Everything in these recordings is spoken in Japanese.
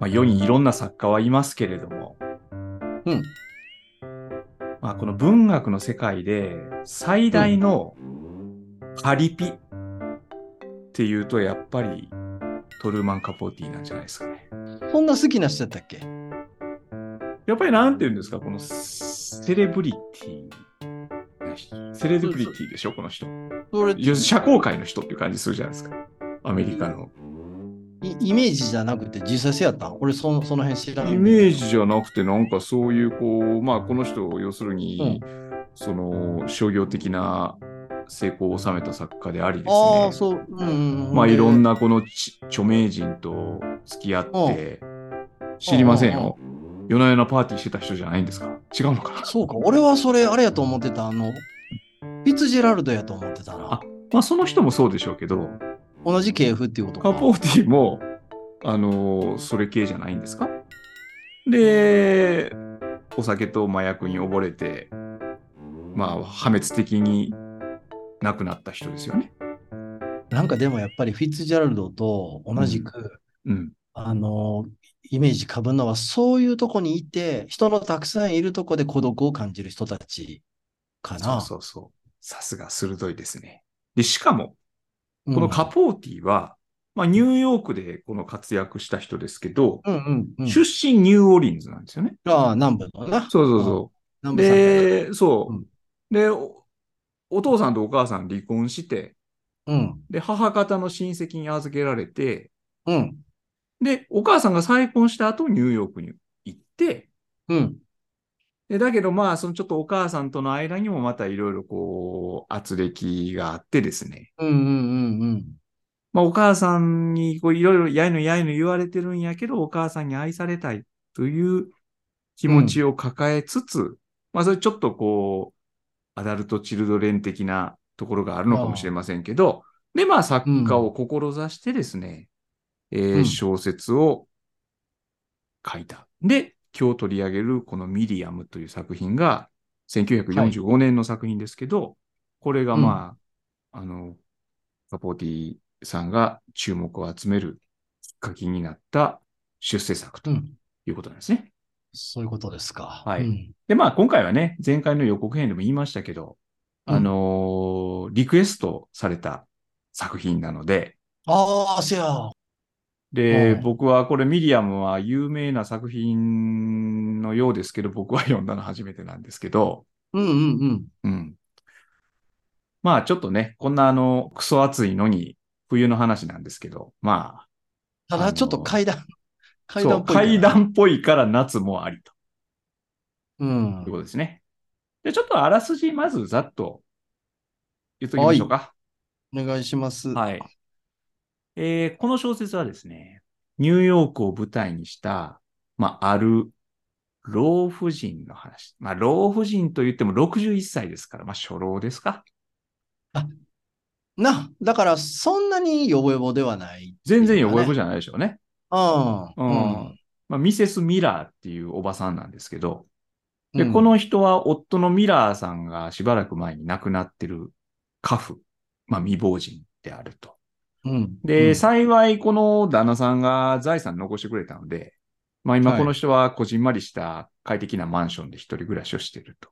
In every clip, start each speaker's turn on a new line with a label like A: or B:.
A: まあ、世にいろんな作家はいますけれども、
B: うん。
A: まあ、この文学の世界で最大のパリピっていうとやっぱりトルーマン・カポーティなんじゃないですかね。
B: こんな好きな人だったっけ
A: やっぱりなんて言うんですかこのセレブリティ。セレブリティでしょこの人。
B: それ
A: 要するに社交界の人っていう感じするじゃないですか。アメリカの。
B: イイメージじゃなくて実際そうやったん俺そのその辺知らない
A: イメージじゃなくて、なんかそういう、こう、まあ、この人、要するに、その、商業的な成功を収めた作家でありで
B: ああ
A: すね。
B: そう、うんうんうん、
A: まあ、いろん
B: な
A: なこのち著名人と付き合って、知りませんよ。夜な夜なパーティーしてた人じゃないんですか違うのかな
B: そうか俺はそれあれやと思ってたあのフィッツジェラルドやと思ってたな
A: あまあ、その人もそうでしょうけど、
B: 同じ系譜っていうことか
A: カポーティも、あのーそれ系じゃないんですかで、お酒と麻薬に溺れて、まあ、破滅的に亡くなった人ですよね。
B: なんかでもやっぱりフィッツジェラルドと同じく、
A: うん。
B: あのイメージかぶるのはそういうとこにいて人のたくさんいるとこで孤独を感じる人たちか
A: そ
B: な
A: うそうそう。さすが鋭いですね。で、しかも、
B: うん
A: このカポーティは、まあ、ニューヨークでこの活躍した人ですけど、
B: うんうんうん
A: 出身ニューオーリンズなんですよね。
B: ああ南部のな
A: そうそうそう。
B: 南部さんや
A: で、そう。
B: うん
A: でお、お父さんとお母さん離婚して、
B: うん
A: で、母方の親戚に預けられて、
B: うん
A: で、お母さんが再婚した後、ニューヨークに行って、
B: うん
A: でだけどまあ、そのちょっとお母さんとの間にもまたいろいろこう、圧力があってですね。
B: うんうんうん
A: まあ、お母さんにこういろいろやいのやいの言われてるんやけど、お母さんに愛されたいという気持ちを抱えつつ、まあ、それちょっとこう、アダルト・チルドレン的なところがあるのかもしれませんけど、で、まあ、作家を志してですね、えー
B: うん
A: 小説を書いた。で、今日取り上げるこのミリアムという作品が、1945年の作品ですけど、これがまあ、あの、カポーティさんが注目を集めるきっかけになった出世作と
B: うんうん
A: いうことなんですね。
B: そういうことですか
A: はい
B: うん
A: で、まあ今回はね、前回の予告編でも言いましたけど、
B: うん
A: あのーリクエストされた作品なので、
B: ああせや
A: で、
B: うん
A: 僕はこれミリアムは有名な作品のようですけど、僕は読んだの初めてなんですけど、
B: うんうんうん
A: うん。まあちょっとね、こんなあの、クソ暑いのに、冬の話なんですけど、ま
B: た
A: あ
B: だ
A: の
B: ちょっと階段
A: あ、
B: 階
A: そう
B: 段っぽいな
A: 階段っぽいから夏もありと
B: う
A: い
B: ん
A: うことですね。で、ちょっとあらすじ、まずざっと言っときましょうか。
B: お願いします
A: はい。えーこの小説はですね、ニューヨークを舞台にした、まあ、ある老婦人の話。まあ、老婦人と言っても61歳ですから、まあ、初老ですか。
B: なだからそんなにヨボヨボではない
A: 全然汚れ子
B: じ
A: じゃないでしょうね。
B: ゃ
A: う
B: うんんうん
A: まあ、ミセス・ミラーっていうおばさんなんですけど、で、
B: うん
A: この人は夫のミラーさんがしばらく前に亡くなってる家父、まあ、未亡人であると。
B: うん
A: で、
B: うん
A: 幸いこの旦那さんが財産残してくれたので、まあ今
B: はい
A: この人はこじんまりした快適なマンションで一人暮らしをしてると。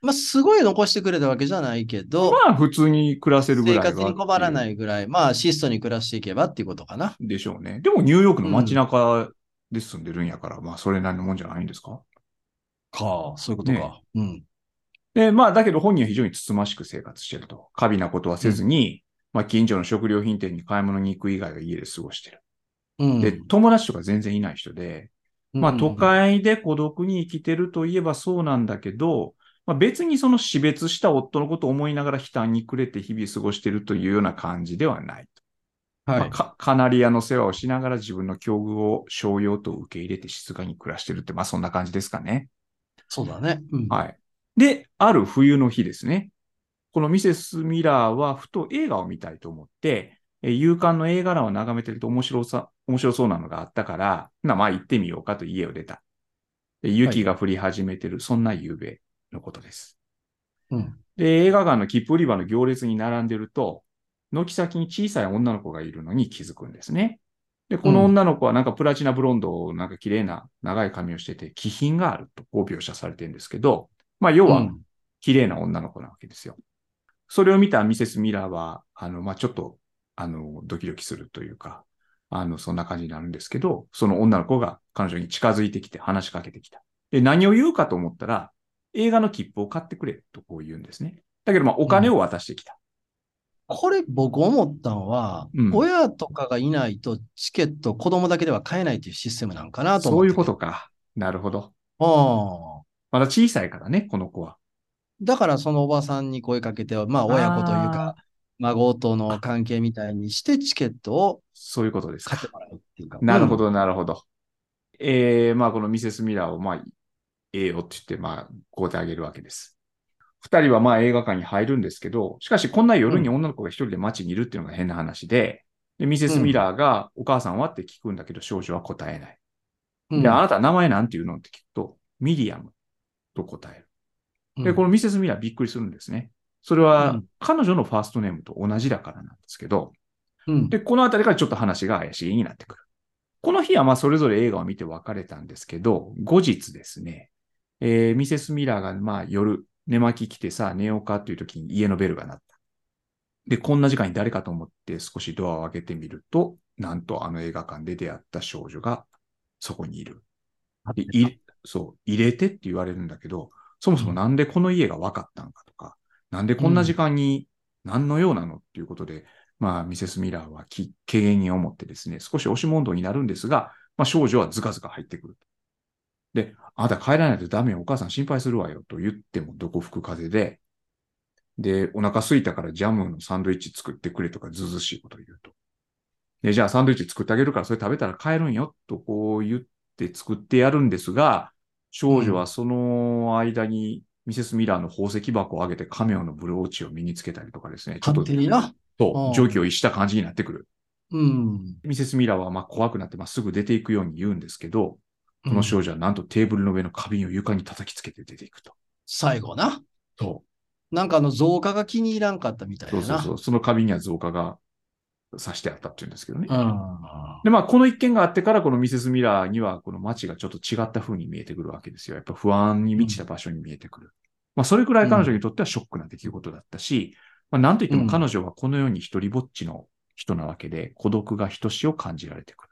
B: まあ、すごい残してくれたわけじゃないけど、
A: まあ普通に暮らせるぐらい
B: 生
A: は。
B: 活に困らないいぐらい、まあ、質素に暮らしていけばっていうことかな。
A: でしょうね。でもニューヨークの街中で住んでるんやから、まあそれなりのもんじゃないんですか
B: か、そういうこと
A: か
B: か。うん。
A: で、まあだけど本人は非常につつましく生活してると。過敏なことはせずに、まあ近所の食料品店に買い物に行く以外は家で過ごしてる。
B: うん。
A: で、友達とか全然いない人で、まあ
B: うん
A: 都。会で孤独に生きてるといえばそうなんだけど、まあ、別にその死別した夫のことを思いながら悲嘆に暮れて日々過ごしてるというような感じではない。
B: は
A: まあ
B: い。
A: かカナリアの世話をしながら自分の境遇を商用と受け入れて静かに暮らしてるって、まあそんな感じですかね。
B: そうだね。うん。
A: はい。で、ある冬の日ですね。このミセス・ミラーはふと映画を見たいと思って、えー勇敢の映画欄を眺めてると面白さ、面白そうなのがあったから、なまあ行ってみようかと家を出た。で雪が降り始めてる、そんな夕べのことです。
B: うん
A: で、映画館の切符売り場の行列に並んでると、軒先に小さい女の子がいるのに気づくんですね。で、この女の子はなんかプラチナブロンド、なんか綺麗な長い髪をしてて、気品があるとこう描写されてるんですけど、まあ要
B: う
A: は
B: ん
A: 綺麗な女の子なわけですよ。それを見たミセス・ミラーは、あの、まあちょっと、あの、ドキドキするというか、あの、そんな感じになるんですけど、その女の子が彼女に近づいてきて話しかけてきた。で、何を言うかと思ったら、映画の切符を買ってくれとこう言うんですね。だけど、まあお金を渡してきた。
B: これ僕思ったのは、
A: うん
B: 親とかがいないとチケット子供だけでは買えないっていうシステムなんかなと
A: そ
B: 思
A: う
B: っ
A: い
B: てて
A: うことか。なるほど。
B: ああ
A: まだ小さいからね、この子は。
B: だからそのおばさんに声かけて、まあ親子というか、孫との関係みたいにしてチケットを
A: そういうことです
B: 買
A: か
B: っ。てもらうっていうか。
A: なるほ
B: うん。
A: ど、なるほど。えー、まあ、このミセス・ミラーを、まあ、ええよって言って、まあ、こうてあげるわけです。二人は、まあ、映画館に入るんですけど、しかし、こんな夜に女の子が一人で街にいるっていうのが変な話で、でミセス・ミラーが、お母さんはって聞くんだけど、少女は答えない。
B: うん
A: で、あなた名前なんていうのって聞くと、ミリアムと答える。で、このミセス・ミラーびっくりするんですね。それ
B: う
A: は
B: ん、
A: 彼女のファーストネームと同じだからなんですけど、
B: うん
A: で、このあたりからちょっと話が怪しいになってくる。この日はまあそれぞれ映画を見て別れたんですけど、後日ですね、えーミセス・ミラーがまあ夜寝巻き来てさ、寝ようかっていう時に家のベルが鳴った。で、こんな時間に誰かと思って少しドアを開けてみると、なんとあの映画館で出会った少女がそこにいる。でいそう、入れてって言われるんだけど、そもそもなんでこの家が分かったんかとか、なんでこんな時間に何の用なのっていうことで、まあ、ミセス・ミラーはき敬遠に思ってですね、少し押し問答になるんですが、まあ、少女はずかずか入ってくる。で、あなた帰らないとダメよ、お母さん心配するわよと言ってもどこ吹く風で、で、お腹空いたからジャムのサンドイッチ作ってくれとかずうずうしいことを言うと。で、じゃあサンドイッチ作ってあげるからそれ食べたら帰るんよとこう言って作ってやるんですが、少女はその間にミセス・ミラーの宝石箱をあげてカメオのブローチを身につけたりとかですね、ちょっと
B: 勝手にな。
A: と
B: うん
A: 常軌を逸した感じになってくる。
B: うん。
A: ミセス・ミラーはまあ怖くなってまっすぐ出ていくように言うんですけど、こ
B: う
A: の
B: ん
A: 少女はなんとテーブルの上の花瓶を床に叩きつけて出ていくと。
B: 最後な。
A: そ
B: なんかあの増加が気に入らんかったみた
A: う
B: い
A: そうそ
B: な。
A: うそう。その花瓶には増加が刺してあったっていうんですけどね。
B: うん
A: で、まあ、この一件があってから、このミセス・ミラーには、この街がちょっと違った風に見えてくるわけですよ。やっぱ不安に満ちた場所に見えてくる。まあ、それくらい彼女にとってはショックな出来事だったし、まあ、なんといっても彼女はこのように一人ぼっちの人なわけで、孤独がひとしを感じられてく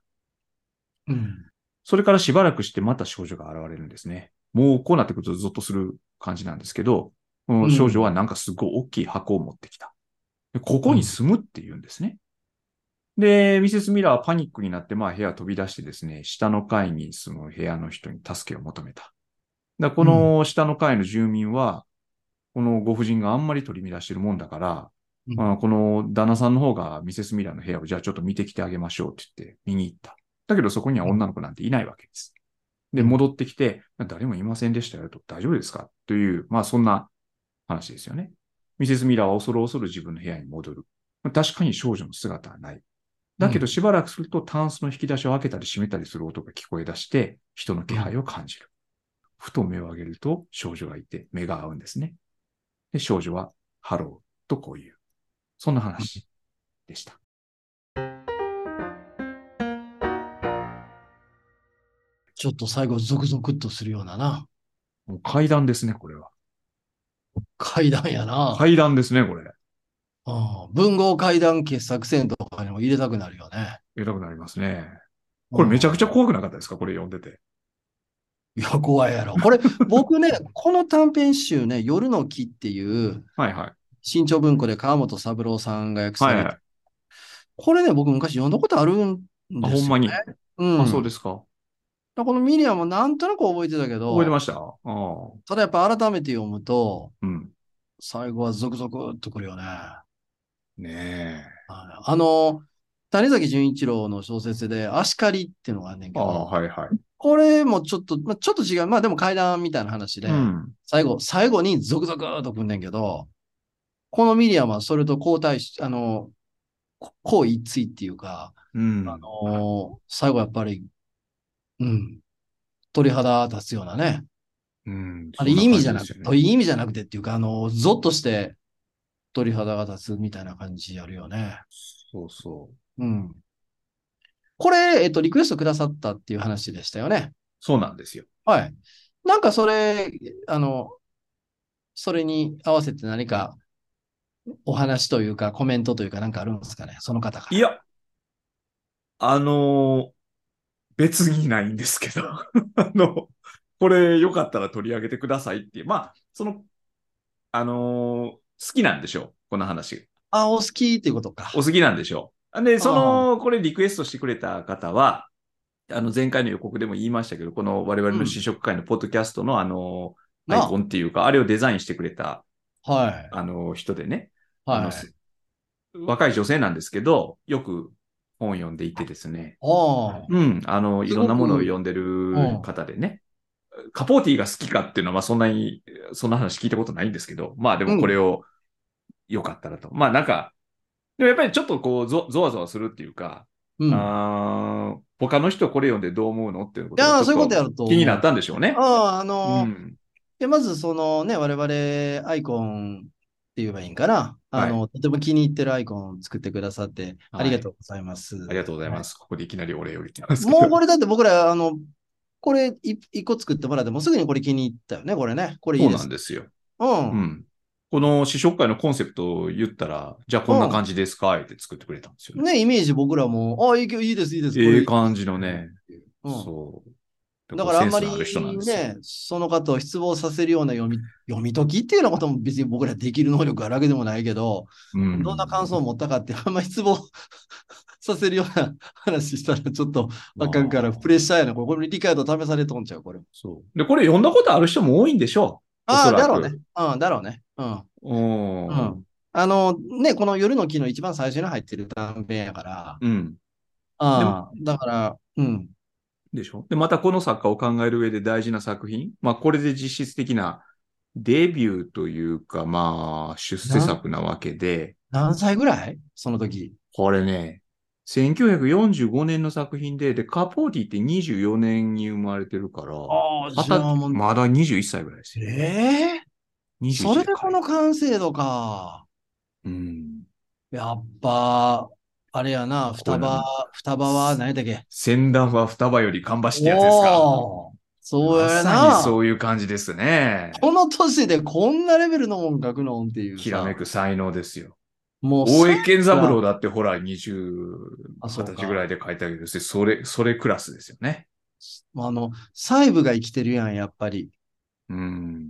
A: る。
B: うん。
A: それからしばらくしてまた少女が現れるんですね。もうこうなってくるとゾッとする感じなんですけど、この少女はなんかすごい大きい箱を持ってきた。でここに住むって言うんですね。で、ミセス・ミラーはパニックになって、まあ部屋を飛び出してですね、下の階に住む部屋の人に助けを求めた。だからこの下の階の住民は、このご婦人があんまり取り乱してるもんだから、
B: うん
A: まあこの旦那さんの方がミセス・ミラーの部屋をじゃあちょっと見てきてあげましょうって言って見に行った。だけどそこには女の子なんていないわけです。で、戻ってきて、誰もいませんでしたよと、大丈夫ですかという、まあそんな話ですよね。ミセス・ミラーは恐る恐る自分の部屋に戻る。確かに少女の姿はない。だけ
B: う
A: どしばらくするとタンスの引き出しを開けたり閉めたりする音が聞こえ出して、人の気配を感じる。ふと目を上げると少女がいて目が合うんですね。で、少女はハローとこう言う。そんな話でした。
B: ちょっと最後、ゾクゾクっとするようなな。
A: もう階段ですね、これは。
B: 階段やな。
A: 階段ですね、これ。
B: うん文豪階段傑作選とかにも入れたくなるよね。
A: 痛くなりますね。これめちゃくちゃ
B: うん
A: 怖くなかったですかこれ読んでて。
B: いや、怖いやろ。これ、僕ね、この短編集ね、夜の木っていう、
A: はいはい。
B: 新潮文庫で川本三郎さんが訳さ
A: は
B: れ
A: い
B: て、
A: はい。
B: これね、僕昔読んだことあるんですよ、ね。
A: あ、ほんまに。
B: うん。
A: あ、そう
B: で
A: ですか。
B: このミリアもなんとなく覚えてたけど、
A: 覚えてましたああ。
B: ただやっぱ改めて読むと、
A: うん。
B: 最後はゾクゾクっとくるよね。あ
A: ねえ。
B: あの、谷崎潤一郎の小説で、アシカリっていうのがあんねんけ
A: ああ、
B: ど、
A: はいはい。
B: これもちょっと、まあ、ちょっと違う。まあでも階段みたいな話で、
A: うん。
B: 最後、最後にゾクゾクっとくんねんけど、このミリアムはそれと交代し、あの、ここう一対っていうか、
A: うん。
B: あのー最後やっぱり、うん、鳥肌立つようなね。
A: うん。
B: あれ、いい意味じゃなく
A: そん感じ
B: て、
A: ですよね
B: いい意味じゃなくてっていうか、あのー、ゾッとして鳥肌が立つみたいな感じやるよね。
A: そうそう。
B: うん。これ、えっと、リクエストくださったっていう話でしたよね。
A: そうなんですよ。
B: はい。なんかそれ、あの、それに合わせて何かお話というかコメントというかなんかあるんですかね、その方から。
A: いや、あのー別にないんですけど、 あの、これよかったら取り上げてくださいっていう、まあ、その、あのー好きなんでしょう、この話。
B: あ、お好きっていうことか。
A: お好きなんでしょう。で、その、これリクエストしてくれた方は、あの、前回の予告でも言いましたけど、この我々の試食会のポッドキャストの、あのー
B: な
A: アイコンっていうか、あれをデザインしてくれた、
B: はい。
A: あのー人でね、あ
B: は
A: の
B: い。
A: す若い女性なんですけど、よく本読んでいてですね、
B: ああ。
A: うん、あの、い
B: すご
A: ろ
B: く
A: んなものを読んでる方でね、カポーティが好きかっていうのは、まあ、そんなに、そんな話聞いたことないんですけど、まあでもこれを、よかったらと。まあなんか、でもやっぱりちょっとこう、ぞ、ぞわぞわするっていうか、
B: うん。あ
A: あー他の人これ読んでどう思うのっていうことが
B: あ、
A: ち
B: そうい
A: ょ
B: うこ
A: っ
B: とやると
A: と
B: 思
A: 気
B: う。
A: になったんでしょうね。
B: ああ、あ
A: う
B: の、
A: ん。
B: で、まずそのね、我々アイコンって言えばいいんかな。あの、とても気に入ってるアイコンを作ってくださって、
A: はい
B: ありがとうございます。
A: ありがとうございます。ここでいきなりお礼を言ってますけど。
B: もうこれだって僕ら、あの、これい一個作ってもらって、もうすぐにこれ気に入ったよね、これね。これい
A: そ
B: いうで
A: な
B: す
A: ん。ですよ。
B: うん。
A: うん。この試食会のコンセプトを言ったら、じゃあこんな感じですかって作ってくれたんですよね。
B: ね、イメージ僕らも、あ、いいけいいです、いいです。こ
A: え
B: れ
A: え感じのね。
B: うん
A: そう。
B: だからあんまり
A: センスのる人なんですよ
B: ね、その方を失望させるような読み、読み解きっていうようなことも別に僕らできる能力があるわけでもないけど、
A: うん、
B: どんな感想を持ったかって、あんまり失望させるような話したらちょっとあかんから、
A: まあ
B: プレッシャーやな。これ、これ理解度試されとんちゃう、これ。
A: そう。で、これ読んだことある人も多いんでしょ
B: あ
A: お
B: あ、
A: そら
B: だ
A: く
B: ろうね。うん、だろうね。うん。
A: う。うん。
B: うんあの、ね、この夜の木の一番最初に入ってる断片やから、
A: うん。
B: ああ、だから、うん。
A: でしょで、またこの作家を考える上で大事な作品。まあ、これで実質的なデビューというか、まあ、出世作なわけで、
B: 何歳ぐらいその時。
A: これね、1945年の作品で、で、カポーティって24年に生まれてるから、
B: あ
A: ま
B: じゃ
A: た
B: あもう
A: まだ21歳ぐらいですよ。
B: ええ
A: 21
B: それでこの
A: か
B: 完成度か。
A: うん。
B: やっぱ、あれやな、双葉、双葉は何だっけ
A: 先端は双葉より芳しってやつですか。
B: おーそうや
A: まさ
B: な
A: に。そういう感じですね。
B: この年でこんなレベルの音楽の音っていうさ。
A: きらめく才能ですよ。
B: もうさ
A: 大江健三郎だってほら、20、
B: あ
A: 20
B: そうか
A: 歳ぐらいで書いてあげるし、それ、それクラスですよね。
B: あの、細部が生きてるやん、やっぱり。
A: うん。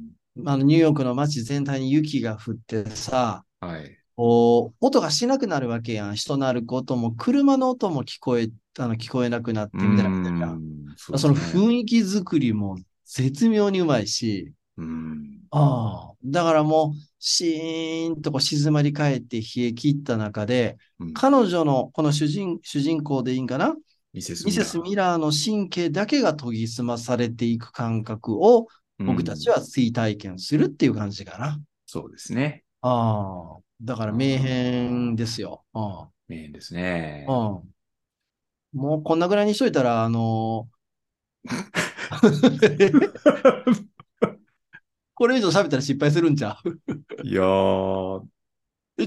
B: あの、ニューヨークの街全体に雪が降ってさ、
A: はい。
B: こう、音がしなくなるわけやん。人の歩く音も、車の音も聞こえ、あの、聞こえなくなってみたいなことやん。
A: うん
B: その
A: ですね
B: 雰囲気作りも絶妙にうまいし、
A: うん。
B: ああ、だからもう、シーンとこう静まり返って冷え切った中で、
A: うん
B: 彼女のこの主人、主人公でいいんかな
A: ミセス
B: ミセス・ミラーの神経だけが研ぎ澄まされていく感覚を僕たち
A: は。
B: は追体験するっていう感じかな。
A: そうですね。
B: ああ、だから名編ですよ。うん
A: 名演ですね。
B: うんもうこんなぐらいにしといたら、あの ーこれ以上喋ったら失敗するんちゃう
A: いやー、
B: え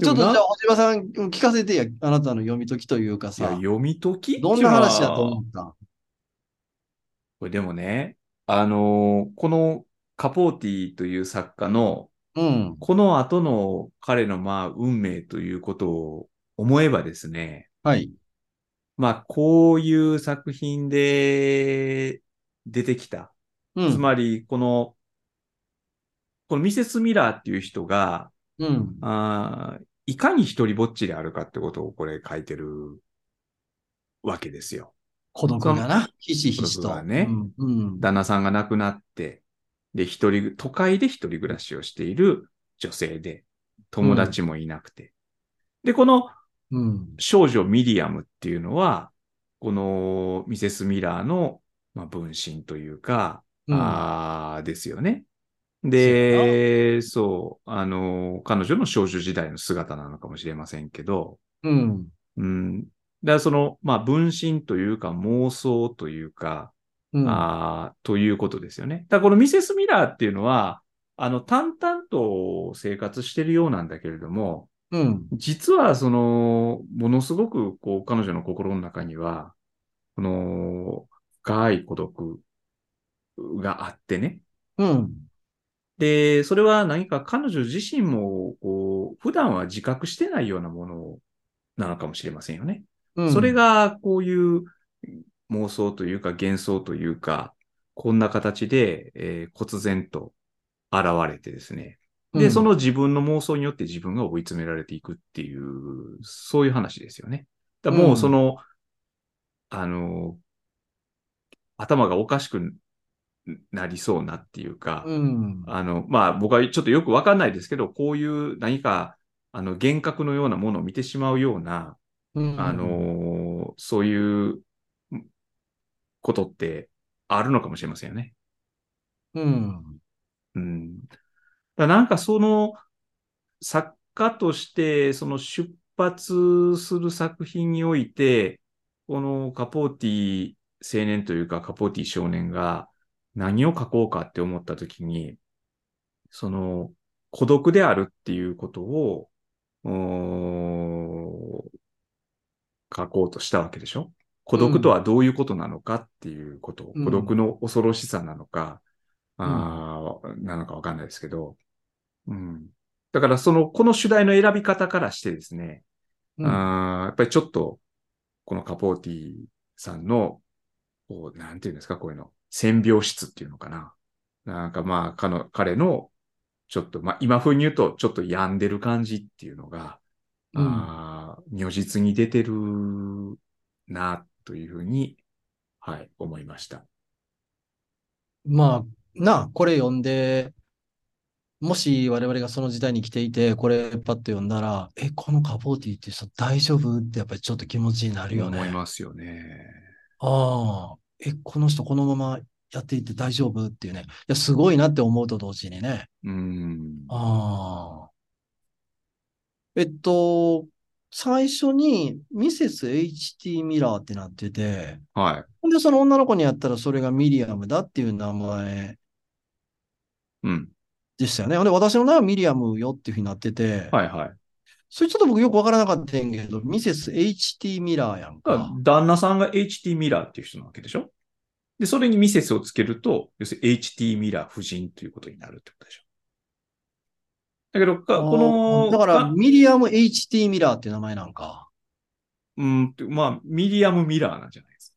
A: で
B: ちょ
A: も
B: っ
A: な
B: とじゃあ、小島さん、聞かせてや、あなたの読み解きという
A: い
B: か
A: や
B: さ、
A: 読み解き
B: どんな話だと
A: う
B: 思った
A: これでもね、あのーこのカポーティという作家の、
B: うん。
A: この後の彼のまあ運命ということを思えばですね、
B: はい。
A: まあこういう作品で出てきた。
B: うん。
A: つまり、この、このミセス・ミラーっていう人が、
B: うん。
A: あーいかに一人ぼっちであるかってことをこれ書いてるわけですよ。
B: 孤独がな、ひしひし
A: 孤独
B: と。
A: がね
B: うん。うん。
A: 旦那さんが亡くなって、で、一人、都会で一人暮らしをしている女性で、友達もいなくて。で、この
B: うん。
A: 少女ミリアムっていうのは、このミセス・ミラーの、まあ、分身というか、
B: うん
A: あーですよね。で、そう、あの、彼女の少女時代の姿なのかもしれませんけど、
B: うん。
A: うん。だからその、まあ、分身というか妄想というか、
B: うん。
A: ああ、ということですよね。だからこのミセス・ミラーっていうのは、あの、淡々と生活してるようなんだけれども、
B: うん。
A: 実はその、ものすごく、こう、彼女の心の中には、この、深い孤独があってね。
B: うん。
A: で、それは何か彼女自身も、こう、普段は自覚してないようなものなのかもしれませんよね。
B: うん。
A: それ、が、こういう妄想というか幻想というか、こんな形で、えー、忽然と現れてですね。で、そ、の自分の妄想によって自分が追い詰められていくっていう、そういう話ですよね。だからもうその、あの、頭がおかしくなりそうなっていうか、
B: うん。
A: あの、まあ僕はちょっとよくわかんないですけど、こういう何か、あの、幻覚のようなものを見てしまうような、
B: うん
A: あ、の、そういうことってあるのかもしれませんよね。
B: うん。
A: うんだからなんかその作家としてその出発する作品において、このカポーティ青年というかカポーティ少年が何を書こうかって思った時に、その孤独であるっていうことを、おー書こうとしたわけでしょ孤独とはどういうことなのかっていうこと、
B: うん
A: 孤独の恐ろしさなのか、ああ、なのかわかんないですけど。うん。だからその、この主題の選び方からしてですね、
B: うん
A: あーやっぱりちょっと、このカポーティさんの、こう、なんていうんですか、こういうの、線描質っていうのかな。なんかまあ、かの彼の、ちょっと、まあ、今風に言うと、ちょっと病んでる感じっていうのが、
B: うん
A: あー如実に出てるな、というふうに、はい、思いました。
B: まあ、なあ、これ読んで、もし我々がその時代に来ていて、これパッと読んだら、え、このカポーティっていう人大丈夫ってやっぱりちょっと気持ちになるよね。
A: 思いますよね。
B: ああ、え、この人このままやっていって大丈夫っていうね。いや、すごいなって思うと同時にね。
A: うん。
B: ああ。えっと、最初にミセス HT ミラーってなってて、
A: はい。
B: ほんで、その女の子にやったらそれがミリアムだっていう名前
A: うん。
B: でしたよね。ほんで、私の名はミリアムよっていうふうになってて、
A: はいはい。
B: それちょっと僕よくわからなかったんやけど、ミセス HT ミラーやん
A: だか
B: か。
A: ら旦那さんが HT ミラーっていう人なわけでしょで、それにミセスをつけると、要するに HT ミラー夫人ということになるってことでしょだけど、か
B: あー
A: この、
B: だから、
A: か
B: ミリアム HT ミラーっていう名前なんか。
A: うんと、まあ、ミディアムミラーなんじゃないです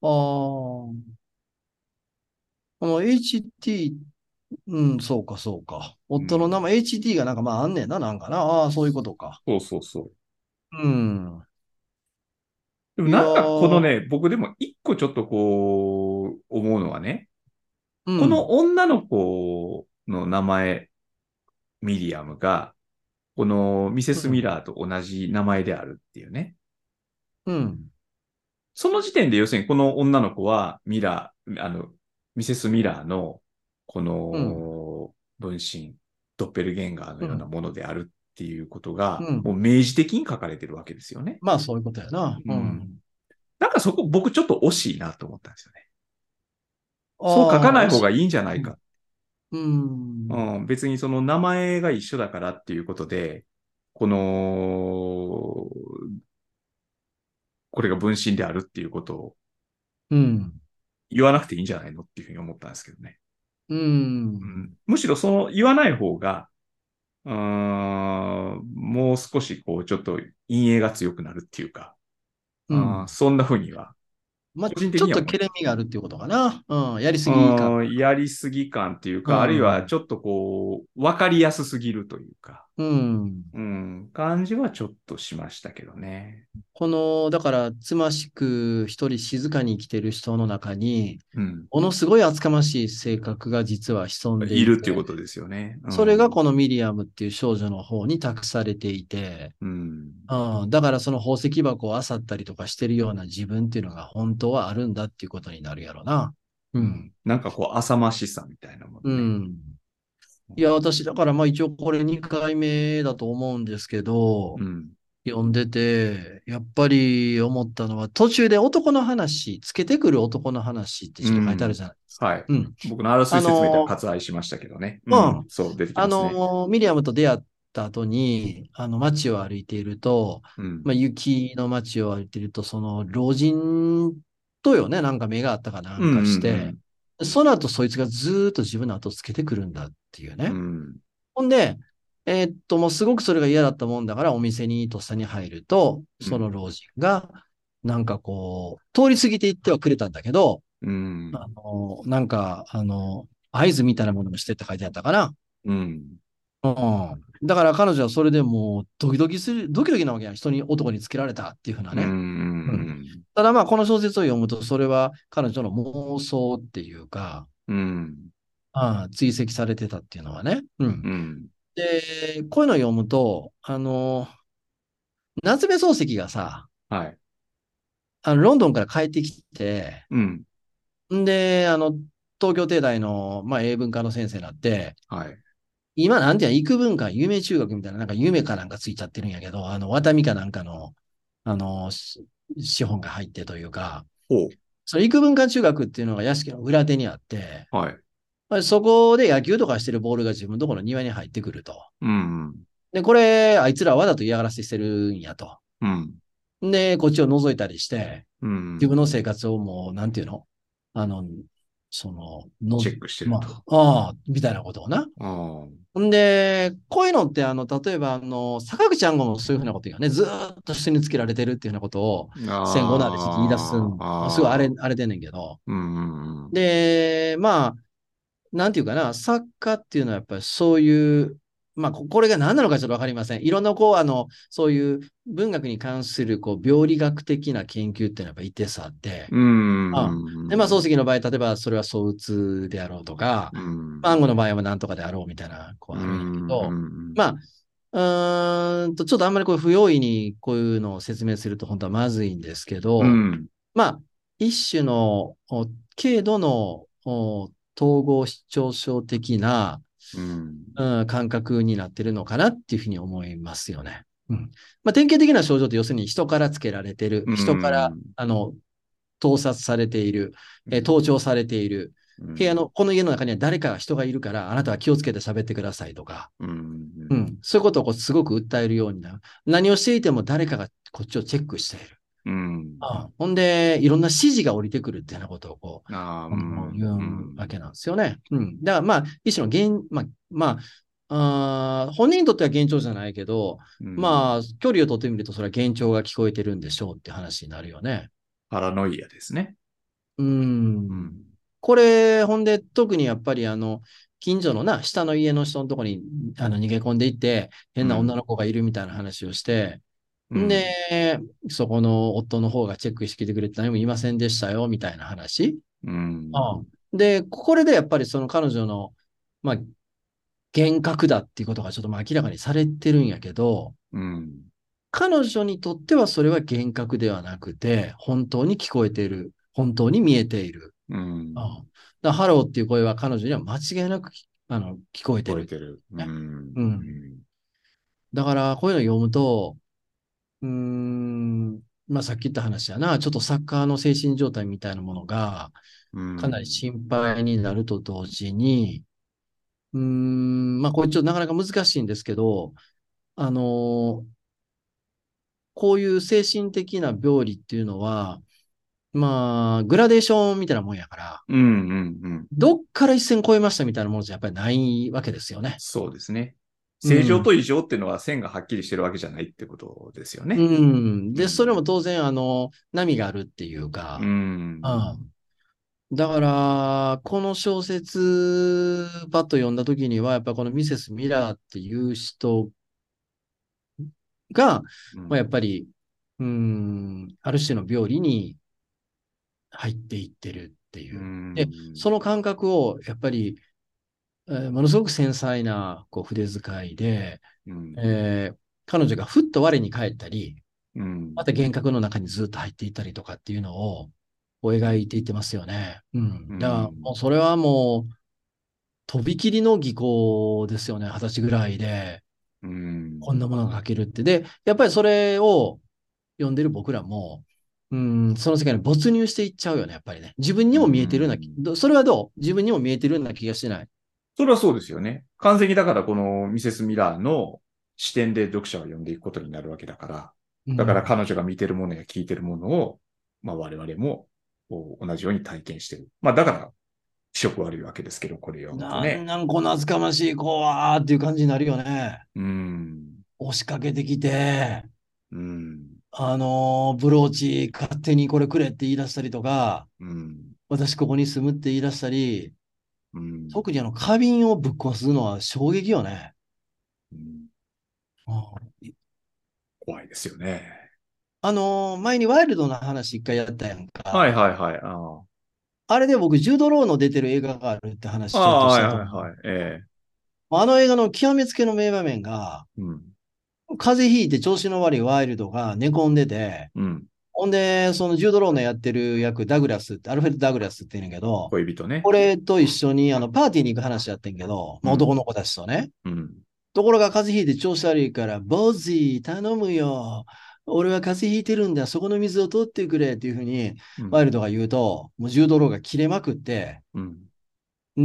A: か。
B: ああ。この HT、うん、そうか、そうか。夫の名前、HT がなんかまああんねんな、なんかな。ああ、そういうことか。
A: そうそうそう。
B: うん。
A: でもなんか
B: いやー
A: このね、僕でも一個ちょっとこう、思うのはね、
B: うん
A: この女の子の名前、ミディアムが、このミセス・ミラーと同じ名前であるっていうね。
B: うん。
A: その時点で要するにこの女の子はミラー、あの、ミセス・ミラーのこの分身、ドッペルゲンガーのようなものであるっていうことが、
B: うん
A: もう明示的に書かれてるわけですよね。
B: まあ、そういうことやな。う。
A: うんんなんかそこ僕ちょっと惜しいなと思ったんですよね。そう書かない方が
B: いい。
A: いいんじゃないか。
B: うん。
A: うん、別にその名前が一緒だからっていうことで、この、これが分身であるっていうことを
B: うん。
A: 言わなくていいんじゃないのっていうふうに思ったんですけどね。
B: うん
A: う。んむしろその言わない方が、うーんもう少しこうちょっと陰影が強くなるっていうか、
B: う
A: あ
B: ん
A: ー。そんな風には、
B: まあ、
A: 個
B: ちょ
A: 人的
B: っ
A: には
B: と切れ目があるっていうことかな。うん。やりすぎ
A: う
B: か。
A: ーんやりすぎ感っていう
B: うん
A: か、あるいはちょっとこう、わかりやすすぎるというか、
B: うん。
A: うん、感じはちょっとしましたけどね。
B: この、だから、つましく一人静かに生きてる人の中に、
A: うん、
B: ものすごい厚かましい性格が実は潜んでい
A: いるっていう
B: と。
A: ことですよね。うん
B: それがこのミリアムっていう少女の方に託されていて、
A: うん、
B: うん、だからその宝石箱を漁ったりとかしてるような自分っていうのが本当はあるんだっていうことになるやろな。うん。
A: なんかこう、浅ましさみたいなも
B: う
A: ね
B: ん。いや、私、だからまあ一応これ2回目だと思うんですけど、
A: うん
B: 読んでて、やっぱり思ったのは、途中で男の話、つけてくる男の話ってちょっと書いてあるじゃないですか。
A: はい。
B: うん
A: 僕のあらすじ説明では割愛しましたけどね。
B: あのー
A: うんそう、出てき
B: あ
A: ますね。
B: のー、ミリアムと出会っった後に、あの、街を歩いていると、
A: うん。
B: まあ、雪の街を歩いていると、その、老人とよね、なんか目があったかなんかして、
A: うんうん
B: その後、そいつがずーっと自分の後をつけてくるんだっていうね。
A: うん。
B: ほんで、えーっと、もうすごくそれが嫌だったもんだから、お店にとっさに入ると、その老人が、なんかこう、通り過ぎていってはくれたんだけど、
A: うん。
B: あの、なんか、あの、合図みたいなものもしてって書いてあったかな。
A: うん。
B: うん。だから彼女はそれでもうドキドキする、ドキドキなわけやん。人に男につけられたっていうふうな
A: う
B: ね。
A: ん。
B: ただまあ、この小説を読むと、それは彼女の妄想っていうか、
A: うん。
B: ああ追跡されてたっていうのはね。うん。
A: うん。
B: で、こういうのを読むと、あの、夏目漱石がさ、
A: はい。
B: あのロンドンから帰ってきて、
A: うん。
B: んで、あの、東京帝大の、まあ、英文科の先生になって、
A: はい。
B: 今なんていうの、幾文化、有名中学みたいな、なんか夢かなんかついちゃってるんやけど、あの、ワタミかなんかの、あの、し資本が入ってというか、
A: ほう。
B: その幾文化中学っていうのが屋敷の裏手にあって、
A: はい。
B: まあそこで野球とかしてるボールが自分のところの庭に入ってくると。
A: うん。
B: で、これ、あいつらはわざと嫌がらせしてるんやと。
A: うん。
B: で、こっちを覗いたりして、
A: うん。
B: 自分の生活をもう、なんていうのあの、その、の
A: チェックしてる
B: ま
A: と。
B: あ、ああ、みたいなことをな。
A: ああ。
B: んで、こういうのって、あの、例えば、あの、坂口安吾もそういうふうなこと言うよね。ずーっと人につけられてるっていうふうなことを、戦後のある時期言い出すん
A: あー
B: すごいあれ、。あれてんねんけど。
A: うんうんうん。
B: で、まあ、なんていうかな、作家っていうのはやっぱりそういう、まあ、ここれが何なのかちょっとわかりません。いろんな、こう、あの、そういう文学に関する、こう、病理学的な研究っていうのはやっぱ一定数あって、
A: うん。
B: あで、まあ、漱石の場合、例えばそれは躁うつであろうとか、
A: うん。
B: まあ、暗号の場合は何とかであろうみたいな、こう、あるんだけど、まあ、うーんと、ちょっとあんまりこう、不用意にこういうのを説明すると本当はまずいんですけど、
A: うん。
B: まあ、一種の、お軽度のお統合失調症的な、
A: うん。
B: うん、感覚になってるのかなっていうふうに思いますよね。うんまあ、典型的な症状って要するに人からつけられてる、人から、あの盗撮されている、えー盗聴されている、
A: 部
B: 部屋、の、この家の中には誰か人がいるから、あなたは気をつけて喋ってくださいとか、
A: うん。
B: う、
A: うん
B: そういうことをこうすごく訴えるようになる。何をしていても誰かがこっちをチェックしている。
A: ん。
B: うんほんで、いろんな指示が降りてくるっていうようなことをこう、
A: ああ、
B: あの言うわけなんですよね。うん。だからまあ、一種の現、まあ、まあ、あー本人にとっては幻聴じゃないけど、
A: あ、
B: まあ、距離を取ってみると、それは幻聴が聞こえてるんでしょうって話になるよね。
A: パラノイアですね。
B: うん。
A: うん。
B: これ、ほんで、特にやっぱり、あの、近所のな、下の家の人のとこにあの逃げ込んでいって、変な女の子がいるみたいな話をして、で、そこの夫の方がチェックしてきてくれて何も言いませんでしたよ、みたいな話。
A: うん。
B: で、これでやっぱりその彼女の、まあ、幻覚だっていうことがちょっとまあ明らかにされてるんやけど、
A: うん。
B: 彼女にとってはそれは幻覚ではなくて、本当に聞こえている、本当に見えている。
A: うん。
B: うん、だからハローっていう声は彼女には間違いなくきあの聞こえて
A: 覚え
B: る。
A: てる。
B: ね
A: うん
B: うんだからこういうの読むと、うーん、まあさっき言った話やな、ちょっとサッカーの精神状態みたいなものが、
A: うん
B: かなり心配になると同時に、うーん、まあこれちょっとなかなか難しいんですけど、あのーこういう精神的な病理っていうのは、まあ、グラデーションみたいなもんやから、
A: うんうんうん。
B: どっから一線越えましたみたいなものじゃやっぱりないわけですよね。
A: そうですね。正常と異常っていうのは線がはっきりしてるわけじゃないってことですよね。
B: うん。で、それも当然、あの、波があるっていうか、
A: うん。
B: うんだから、この小説、パッと読んだときには、やっぱこのミセス・ミラーっていう人が、
A: うん
B: まあ、やっぱり、うん、ある種の病理に入っていってるっていうう。
A: ん
B: でその感覚を、やっぱり、えーものすごく繊細なこう筆遣いで、
A: うん
B: えー彼女がふっと我に返ったり、
A: うん
B: また幻覚の中にずっと入っていったりとかっていうのをこう描いていってますよね。うん。だから
A: うん
B: もうそれはもう、とびきりの技巧ですよね。二十歳ぐらいで、
A: うん
B: こんなものが描けるって。で、やっぱりそれを読んでる僕らも、うん、その世界に没入していっちゃうよね、やっぱりね。自分にも見えてるような気、
A: うん
B: どそれはどう自分にも見えてるような気がしない。
A: それはそうですよね。完全にだからこのミセス・ミラーの視点で読者を読んでいくことになるわけだから、
B: うん
A: だから彼女が見てるものや聞いてるものを、まあ我々もこう同じように体験してる。まあだから、気色悪いわけですけど、これを読むと
B: な
A: ね
B: ん。なんこの厚かましい子はーっていう感じになるよね。
A: うん。
B: 押しかけてきて、
A: うん。
B: あのーブローチ勝手にこれくれって言い出したりとか、
A: うん。
B: 私ここに住むって言い出したり、
A: うん。
B: 特にあの花瓶をぶっ壊すのは衝撃よね。
A: うん
B: うん
A: 怖いですよね。
B: あのー前にワイルドな話一回やったやんか。
A: はいはいはい。あ
B: あれで僕、ジュード・ローの出てる映画があるって話
A: あ
B: ちょっ
A: あ
B: と
A: あ、
B: し
A: はい
B: たと
A: は
B: 思う
A: いはい。え
B: あの映画の極めつけの名場面が、
A: え。うん。
B: 風邪ひいて調子の悪いワイルドが寝込んでて、
A: うん。
B: ほんで、そのジュード・ローのやってる役、ダグラスって、アルフレッド・ダグラスって言うんやけど、
A: 恋人ね。
B: 俺と一緒にあのパーティーに行く話やってんけど、まあ
A: うん
B: 男の子たちとね。
A: うん。
B: ところが風邪ひいて調子悪いから、ボージー頼むよ。俺は風邪ひいてるんだ。そこの水を取ってくれっていうふうに、
A: うん
B: ワイルドが言うと、もうジュード・ローが切れまくって、
A: うん。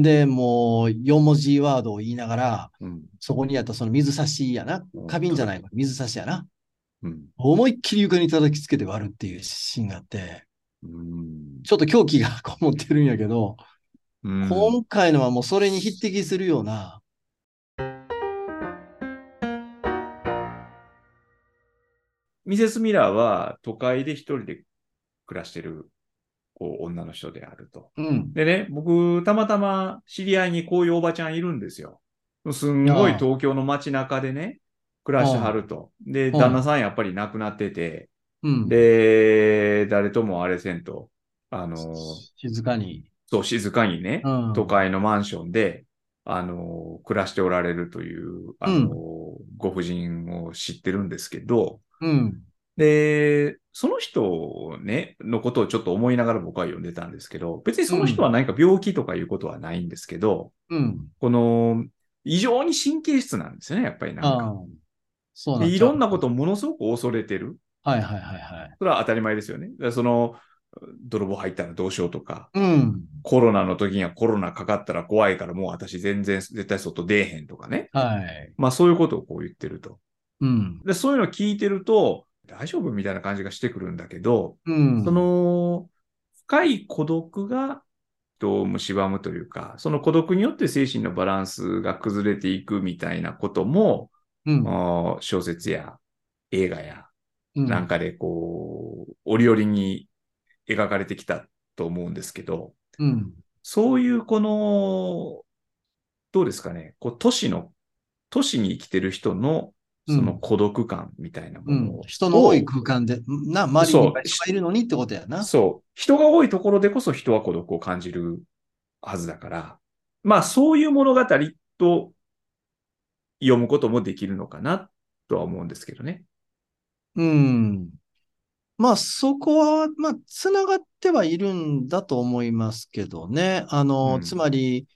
B: で、もう4文字ワードを言いながら、
A: うん。
B: そこにあったその水差しやな
A: うん。
B: 花瓶じゃない、水差しやな。
A: うん。
B: 思いっきり床に叩きつけて割るっていうシーンがあって、
A: うん。
B: ちょっと狂気が こもってるんやけど、
A: うん
B: 今回のはもうそれに匹敵するような、
A: ミセス・ミラーは都会で一人で暮らしてるこう女の人であると。
B: うん。
A: でね、僕、たまたま知り合いにこういうおばちゃんいるんですよ。すんごい
B: ああ
A: 東京の街中でね、暮らしてはると。で、
B: うん
A: 旦那さんやっぱり亡くなってて、
B: うん。
A: で、誰ともあれせんと、あの、
B: 静かに。
A: そう、静かにね、
B: うん
A: 都会のマンションで、あの、暮らしておられるという、あの、
B: うん
A: ご婦人を知ってるんですけど、
B: うん。
A: で、その人、ね、のことをちょっと思いながら僕は読んでたんですけど、別にその人は何か病気とかいうことはないんですけど、
B: うん。
A: この、異常に神経質なんですよね、やっぱりなん
B: あ
A: か。
B: あ。そうなん
A: で
B: ちゃう
A: いろんなことを。ものすごく恐れてる。
B: はいはいはいはい。
A: それは当たり前ですよね。だからその、泥棒入ったらどうしようとか、
B: うん。
A: コロナの時にはコロナかかったら怖いからもう私全然絶対外出えへんとかね。
B: はい。
A: まあそういうことをこう言ってると。
B: うん。
A: で、そういうのを聞いてると、大丈夫みたいな感じがしてくるんだけど、
B: うん。
A: そ、の深い孤独が人を蝕むというか、その孤独によって精神のバランスが崩れていくみたいなことも、
B: うん。
A: あー小説や映画や
B: う
A: なん。かでこう、折々に描かれてきたと思うんですけど、
B: うん。
A: そういうこの、どうですかね、こう都市の、都市に生きてる人のその孤独感みたいなも
B: う
A: のを、
B: ん、人の多い空間で、な、周りにいっぱい人がいるのにってことやな。
A: そう。人が多いところでこそ人は孤独を感じるはずだから、まあそういう物語と読むこともできるのかなとは思うんですけどね。
B: うん。まあ、そこは、まあ、つながってはいるんだと思いますけどね。あの、
A: うん
B: つまり、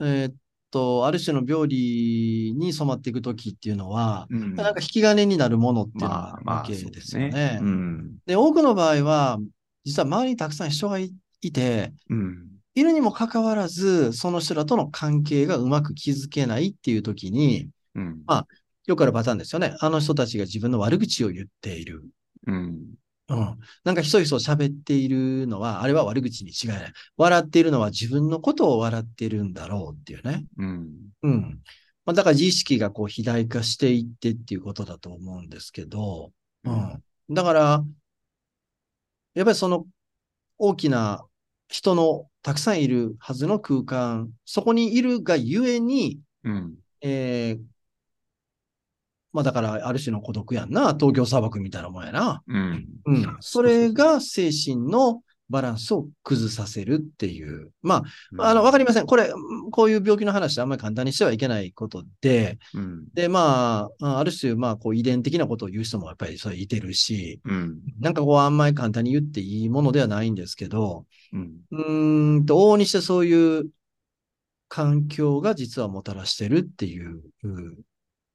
B: えーっと、ある種の病理に染まっていくときっていうのは、
A: うん
B: なんか引き金になるものっていう
A: ま
B: のが
A: あ
B: ある
A: ま
B: わ
A: あ、
B: け
A: そう
B: ですよね
A: う。ん。
B: で、多くの場合は、実は周りにたくさん人がいいて、
A: うん。
B: いるにもかかわらず、その人らとの関係がうまく築けないっていうときに、
A: うん。
B: まあよくあるパターンですよね。あの人たちが自分の悪口を言っている。
A: うん。
B: うん。なんかひそひそ喋っているのは、あれは悪口に違いない。笑っているのは自分のことを笑ってるんだろうっていうね。
A: うん。
B: うん。まあ、だから自意識がこう肥大化していってっていうことだと思うんですけど、うん。だから、やっぱりその大きな人のたくさんいるはずの空間、そこにいるがゆえに、
A: うん。
B: えーまあだから、ある種の孤独やんな。東京砂漠みたいなもんやな。
A: うん。
B: うん。それが精神のバランスを崩させるっていう。まあ、あの、わかりません。これ、うんこういう病気の話ってあんまり簡単にしてはいけないことで、
A: うん。
B: で、まああ、ある種、まあ、こう遺伝的なことを言う人もやっぱりそれいてるし、
A: うん。
B: なんかこう、あんまり簡単に言っていいものではないんですけど、
A: うん。
B: うーんと、往々にしてそういう環境が実はもたらしてるっていう、うん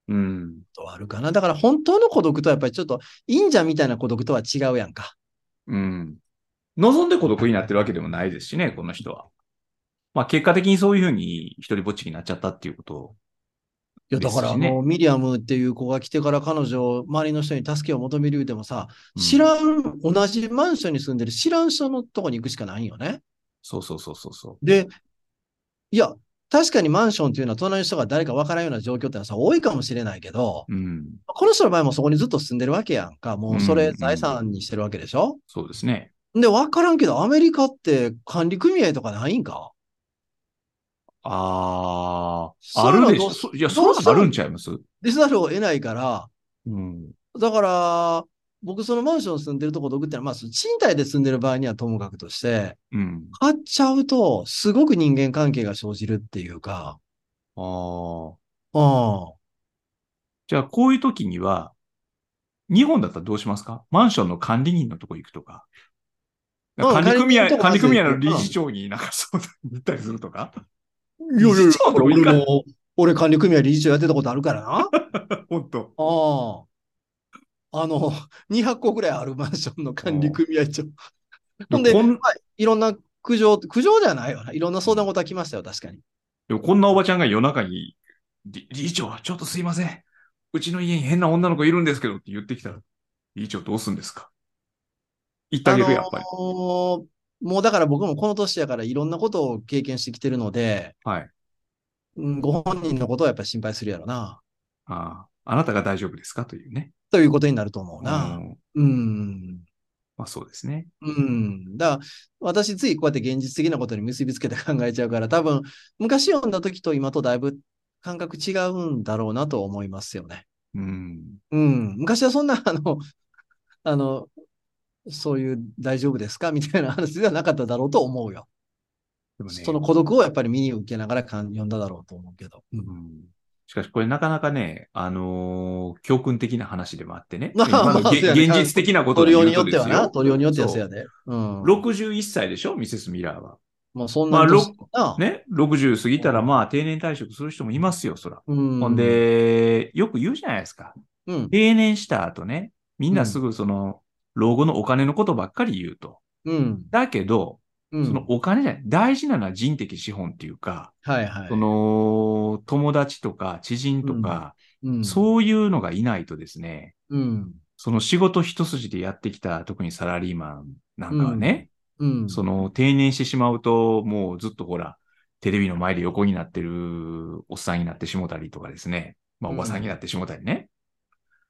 A: うん。
B: ことはあるかな。だから本当の孤独とはやっぱりちょっと、忍者みたいな孤独とは違うやんか。
A: うん。望んで孤独になってるわけでもないですしね、この人は。まあ結果的にそういうふうに一人ぼっちになっちゃったっていうこと
B: や、だから、
A: で
B: あ
A: すしね
B: の、ミリアムっていう子が来てから彼女、周りの人に助けを求める言うてもさ、
A: うん
B: 知らん、同じマンションに住んでる知らん人のとこに行くしかないんよね。
A: そうそうそうそうそう。
B: で、いや、確かにマンションっていうのは隣の人が誰かわからんような状況ってのはさ、多いかもしれないけど、
A: うん、
B: この人の場合もそこにずっと住んでるわけやんか。もうそ
A: うんう
B: れ
A: ん
B: 財産にしてるわけでしょ、
A: そうですね。
B: で、わからんけど、アメリカって管理組合とかないんか
A: ああ、
B: そう
A: あ
B: いうの
A: るでし
B: ど
A: ょ。
B: う
A: そいや、
B: ど
A: そうう
B: し
A: な
B: たら
A: のあるんちゃいます
B: でざるを得ないから、
A: うん。
B: だから、僕そのマンション住んでるとこどくってのは、まあ、その賃貸で住んでる場合にはともかくとして、
A: うん。
B: 買っちゃうと、すごく人間関係が生じるっていうか、
A: ああ。
B: うん。
A: じゃあ、こういう時には、日本だったらどうしますかマンションの管理人のとこ行くとか。
B: うん
A: 管理組合、
B: 管
A: 管
B: 理
A: 理
B: 組
A: 組
B: 合
A: 合
B: の
A: の
B: 理
A: 理
B: 事
A: 事長になんか相談に行ったりするとか。
B: いやいやいや
A: 理事長とかいいか
B: 俺も、俺管理組合理事長やってたことあるからな。
A: 本当。
B: ああ。あの、200個ぐらいあるマンションの管理組合長。ほんで、
A: こん
B: まあいろんな苦情、苦情じゃないよな。いろんな相談事は来ましたよ、確かに。
A: でもこんなおばちゃんが夜中に、理理事長、ちょっとすいません。うちの家に変な女の子いるんですけどって言ってきたら、理事長どうすんですか言ってあげる、やっぱり。
B: あのーもうだから僕もこの年やからいろんなことを経験してきてるので、
A: はい。
B: うんご本人のことはやっぱり心配するやろな。
A: あああなたが大丈夫ですかというね。
B: ということになると思う
A: う
B: な。
A: ん
B: うん。
A: まあそうですね。
B: うん。だから、私ついこうやって現実的なことに結びつけて考えちゃうから、多分、昔読んだ時と今とだいぶ感覚違うんだろうなと思いますよね。
A: うん。
B: うん。昔はそんな、あの、 あの、そういう大丈夫ですかみたいな話ではなかっただろうと思うよ。
A: でもね
B: その孤独をやっぱり身に受けながら感読んだだろうと思うけど。うん
A: うんしかし、これなかなかね、あのー教訓的な話でもあってね。
B: まあ
A: 今の
B: まあ
A: げ
B: そうやね
A: 現実的なこと
B: 取
A: で
B: り
A: 言
B: よ
A: う
B: うによ
A: とで
B: って
A: すよ。
B: はな、取りようによっては
A: そ
B: せ
A: う
B: やで。うん。
A: 61歳でしょミセス・ミラーは。
B: まあそん
A: ま
B: な
A: あ
B: 年
A: ろ
B: だな。
A: ね ?60 過ぎたら、まあ定年退職する人もいますよ、そら。
B: うん。
A: ほん、で、よく言うじゃないですか。
B: うん、
A: 定年した後ね、みんなすぐその、老後のお金のことばっかり言うと。
B: うん。
A: だけど、
B: うん。
A: そのお金じゃない。大事なのは人的資本っていうか、
B: はいはい。
A: その、友達とか知人とか、
B: うん、
A: そういうのがいないとですね、
B: うん。
A: その仕事一筋でやってきた、特にサラリーマンなんかはね、
B: うん。
A: その定年してしまうと、もうずっとほら、テレビの前で横になってるおっさんになってしもたりとかですね、まあお
B: うん
A: ばさんになってしもたりね、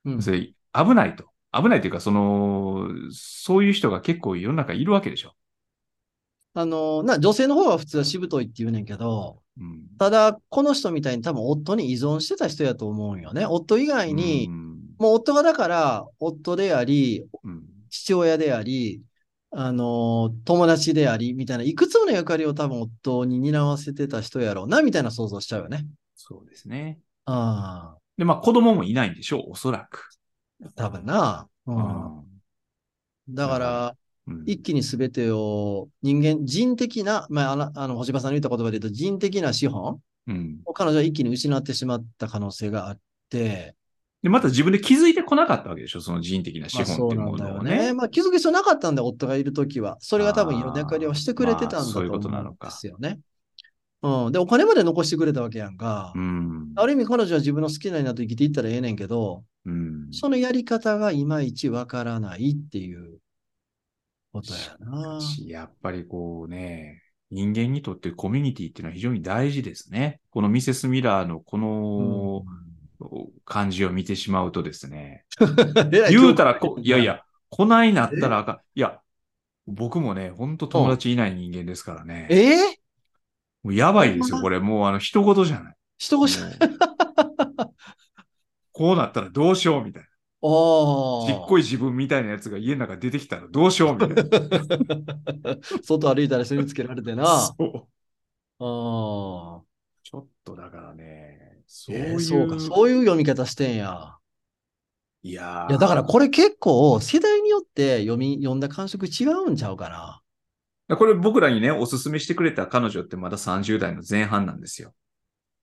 B: うん、
A: それ危ないと。危ないというか、その、そういう人が結構世の中いるわけでしょ。
B: あの、な、女性の方は普通はしぶといって言うねんけど、
A: うん。
B: ただ、この人みたいに多分夫に依存してた人やと思うんよね。夫以外に、
A: うん
B: もう夫がだから、夫であり、
A: うん
B: 父親であり、あの、友達であり、みたいな、いくつもの役割を多分夫に担わせてた人やろうな、みたいな想像しちゃうよね。
A: そうですね。
B: あ
A: で、まあ子供もいないんでしょう、おそらく。
B: あ、多分な。うん。だから、
A: うん
B: 一気に全てを人間、人的な、まあ、あの、あの星葉さんの言った言葉で言うと、人的な資本
A: うん。
B: を彼女は一気に失ってしまった可能性があって、
A: で、また自分で気づいてこなかったわけでしょ、その人的な資
B: まあ、
A: 本
B: そう
A: っていう
B: なん
A: も
B: だ
A: の
B: よ
A: を
B: ね。
A: ね。
B: まあ、気づく必要なかったんで、夫がいるときは。それが多分いろんな役割をしてくれてたんだと思うんですよね。うん。で、お金まで残してくれたわけやんか。
A: うん。
B: ある意味彼女は自分の好きなようになって生きていったらええねんけど、
A: うん。
B: そのやり方がいまいちわからないっていうことやな。
A: しやっぱりこうね、人間にとってコミュニティっていうのは非常に大事ですね。このミセス・ミラーのこの感じを見てしまうとですね、 言うたらこ、いやい。や、こないなったらあかん。いや、僕もね、ほんと友達いない人間ですから
B: え
A: ね。
B: えー、
A: もうやばいですよ、これ。もうあの、人事じゃない。
B: 人越し、
A: こうなったらどうしようみたい
B: お
A: な。
B: ー
A: ちっこい自分みたいなやつが家の中出てきたらどうしようみたいな。
B: 外歩いたら攻めつけられてな。あ
A: そう。
B: ー
A: ちょっとだからね、そうい
B: え
A: う。
B: ーそうか、そういう読み方してんや。
A: いやー
B: いや、だからこれ結構世代によって読み、読んだ感触違うんちゃうかな。
A: これ僕らにね、おすすめしてくれた彼女ってまだ30代の前半なんですよ。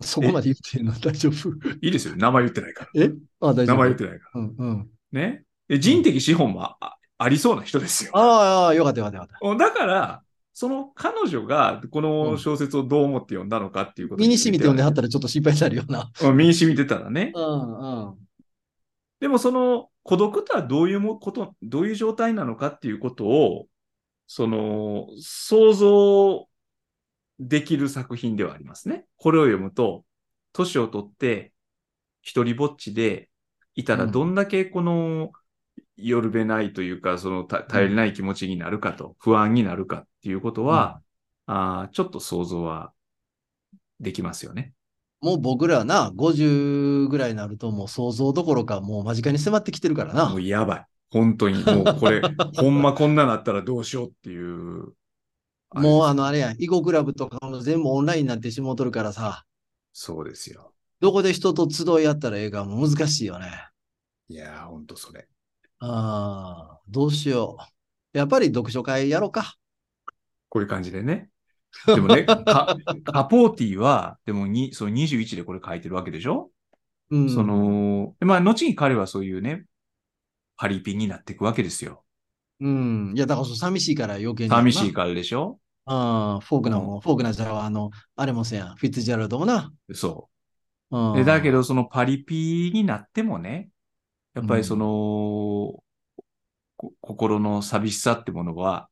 B: そこまで言ってんの大丈夫
A: いいですよ。名前言ってないから。
B: あ、大丈
A: 名
B: 夫。
A: 前言ってないか
B: うんうん。
A: ら。ね。で人的資本もああありそうな人ですよ。
B: ああ、よかったよかったよかっ
A: だから、その彼女がこの小説をどう思って読んだのかっていうこと
B: 身に染みて読んでは
A: は
B: ったらちょっと心配になるような。
A: うん身に染みてたらね。
B: うんうん。
A: でもその孤独とはどういうもこと、どういう状態なのかっていうことを、その想像できる作品ではありますね。これを読むと、年を取って一人ぼっちでいたら
B: うん
A: どんだけこの夜べないというか、そのた頼りない気持ちになるかと、不安になるかっていうことは、あーちょっと想像はできますよね。
B: もう僕らな、50ぐらいになるともう想像どころかもう間近に迫ってきてるからな
A: もう。やばい。本当に、もう これ、ほんまこんななったらどうしようっていう。
B: もう
A: あれ
B: あのあれやん、囲碁クラブとかも全部オンラインになってしもうとるからさ、
A: そうですよ。
B: どこで人と集い合ったらええかも難しいよね。
A: いやー、ほんとそれ。
B: ああ、どうしよう。やっぱり読書会やろうか。
A: こういう感じでね。で もね、カカポーティは、でもにそう21でこれ書いてるわけでしょ、
B: うん。
A: そ、の、まあ、後に彼はそういうね、パリピンになっていくわけですよ。
B: うん。いや、だからそう寂しいから余計に。
A: 寂しい。からでしょ
B: ああ、フォークナーも、フォークナーじゃあ、あの、あれもせやん。フィッツジェラルドもな。
A: そう。
B: うん。
A: で、だけど、そのパリピになってもね、やっぱりその、こ心の寂しさってものは、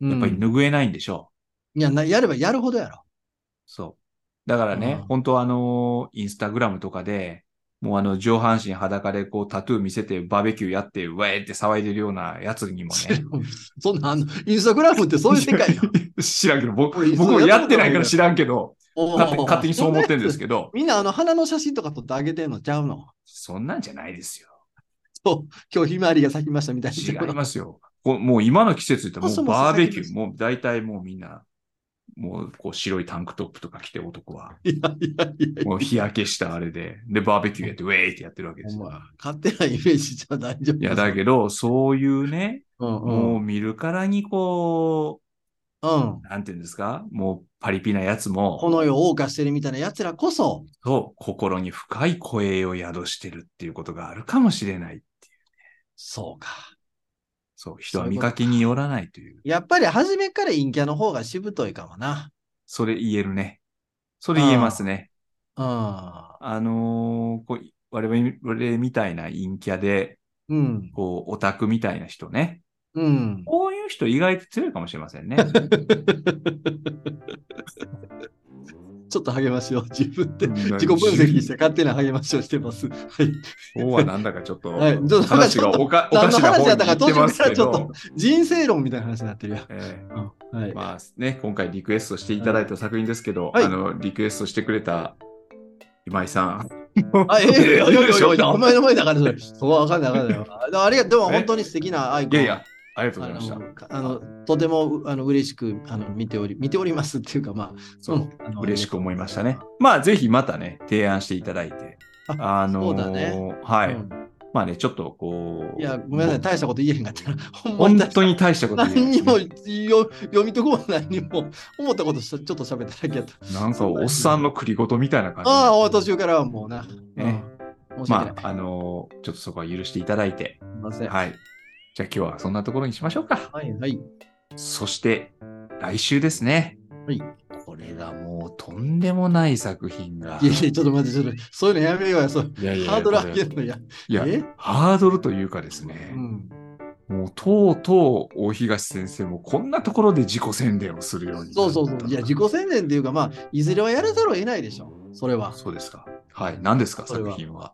B: うん、
A: やっぱり拭えないんでしょう。
B: いやな、やればやるほどやろ。
A: そう。だからね、
B: うん
A: 本当はあの、インスタグラムとかで、もうあの、上半身裸でこうタトゥー見せてバーベキューやって、ウェーって騒いでるようなやつにもね。
B: そんなんあんの、インスタグラムってそういう世界なの
A: 知らんけど、僕
B: これ
A: 僕もやってないから知らんけど、
B: お
A: 勝手
B: ー
A: 勝手にそう思ってるんですけど、
B: みんなあの花の写真とか撮ってあげてんのちゃうの
A: そんなんじゃない ですよ。
B: そう、今日ひまわりが咲きましたみたい
A: 違い
B: な。
A: ますよ。こもう今の季節っても
B: あそうもそも
A: バーベキュ
B: 最
A: ー、
B: 近
A: もう大体もうみんな、もうこう白いタンクトップとか着て男は、
B: いや いやいやいや
A: もう日焼けしたあれで、で、バーベキューやってウェーってやってるわけです
B: お前
A: よ。、
B: 勝手なイメージじゃ大丈夫。
A: いや、だけど、そういうね、
B: うんうん。
A: もう見るからにこ
B: うん
A: う、。なんていうんですか、もうパリピなやつ
B: こ
A: も、
B: の世を謳歌してるみたいな奴らこそ、
A: そう、心に深い声を宿してるっていうことがあるかもしれないっていう。
B: そうか。
A: そう、人は
B: そうい
A: 見
B: うこと
A: かけによらないという。
B: やっぱり初めから陰キャの方がしぶといかもな。
A: それ言えるね。それ言えますね。
B: う
A: あのーこう我々我々みたいな陰キャで、
B: ん。うん。
A: こう、オタクみたいな人ね。
B: うん。
A: こういう人意外と強いかもしれませんね。
B: ちょっと励ましを自分で。
A: 自
B: 自己分析して勝手な励ましをしてます。はい。
A: 今日はなんだかちょっと、
B: はいちょっと
A: 話がおかおかしな方に行ってますけ
B: 何の話やったか途中からちょ
A: ど
B: っと、人生論みたいな話になってるよ。
A: えー
B: うんはい。
A: まあね、今回リクエストしていただいた作品ですけど、
B: はい
A: あのリクエストしてくれた今井さん。
B: あ、ええいやいやいやい
A: でしょ
B: や、お前の前だからそれ。そう、わかんないわかんないわ。ありがとう、でも本当に素敵なアイコン。
A: いやいや、ありがとう
B: あ
A: ございました。
B: の、あのとてもあの嬉しくあの見ており、見ておりますっていうか、まあ、
A: そう、
B: うんあの
A: 嬉しく思いましたね。まあ、ぜひまたね、提案していただいて。あのー
B: そうだね
A: はい、
B: うん
A: まあね、ちょっとこう。
B: いや、ごめんなさい、大したこと言えへんかったな。 ほんま
A: 本
B: に大し
A: 当
B: た
A: に大したこと
B: 何
A: 言え
B: にも
A: ない。
B: よ読みとこも何にも思ったことしちょっと喋っただけやった。
A: なんか、おっさんの栗ごとみたいな感じ。
B: ああ、お途中からはもうな。
A: ね
B: うん申し訳な
A: ま。
B: い
A: あ、あのーちょっとそこは許していただいて。
B: すいません。は
A: はい。じゃあ今日はそんなところにしましょうか。
B: い、はい。
A: そして、来週ですね。
B: はい。
A: これがもうとんでもない作品が。
B: いやいや、ちょっと待って、ちょっと、そういうのやめようや、そう。
A: いやいや
B: ハードル
A: こ
B: 上げ
A: れ
B: るのや。
A: いや
B: え
A: ハードルというかです
B: う
A: ね、
B: ん。
A: もうとうとう大東先生もこんなところで自己宣伝をするようになった
B: そうそうそう。いや、自己宣伝っていうか、まあ、いずれはやらざるを得ないでしょ。それは。
A: そうですか。はい。何ですか、
B: それ
A: 作
B: は
A: 品は。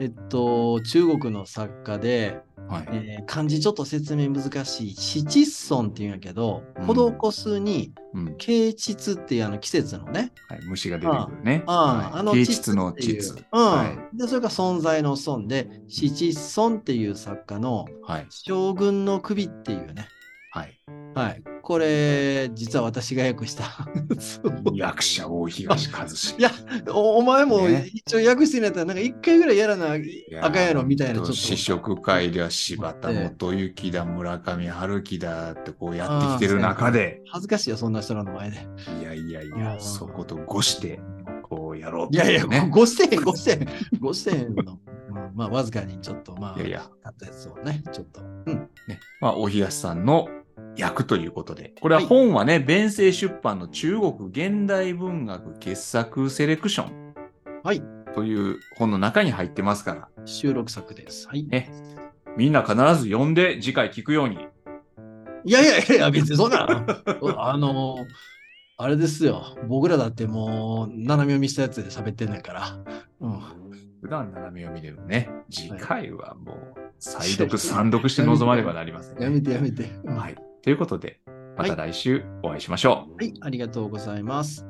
B: えっと、中国の作家で、
A: はい。
B: えー漢字ちょっと説明難しい、七チソンっていうんやけど、
A: うん
B: 施すに、
A: うん。
B: 啓蟄っていうあの季節のね、
A: はい、虫が出てくるね。
B: ああ
A: はい
B: あの
A: 芸術の
B: っていう
A: 蟄。
B: うん、
A: は
B: で、それが存在の孫で、七チソンっていう作家の、
A: はい。
B: 将軍の首っていうね、
A: はい。
B: はい、これ、実は私が訳した。そう
A: 役者大東和 志。
B: いや おお前も
A: ね
B: 一応訳してんやったら、なんか一回ぐらいやらなあかんやろみたいな、ちょっと。
A: 試食会では柴田元幸だ、村上春樹だってこうやってきてる中で、
B: 恥ずかしいよ、そんな人らの前で。
A: いやいやい
B: あ
A: や、
B: ー
A: そことごして、こうやろうっ
B: い
A: て
B: やい
A: い
B: や、
A: うね。
B: ごしてへん、ごしてへん、ごしてへんの。うんまあ、わずかにちょっと、まあ、
A: いやいや、
B: あったやつをね、ちょっと。うん。
A: ね。まあ、お東さんの焼くということで。これは
B: はい
A: 本はね、弁声出版の中国現代文学傑作セレクション
B: はい。
A: という本の中に入ってますから、
B: 収録作です。はい。
A: みんな必ず読んで次回聞くように。
B: いやいやいやいや、別にそんな、あの、あれですよ。僕らだってもう、斜め読みしたやつで喋ってんねんから。うん。
A: 普段斜め読みでもね、次回はもう、再読、三読して臨まればなりません、
B: やめてやめて。
A: はい。ということで、また来週お会いしましょう。
B: はい、ありがとうございます。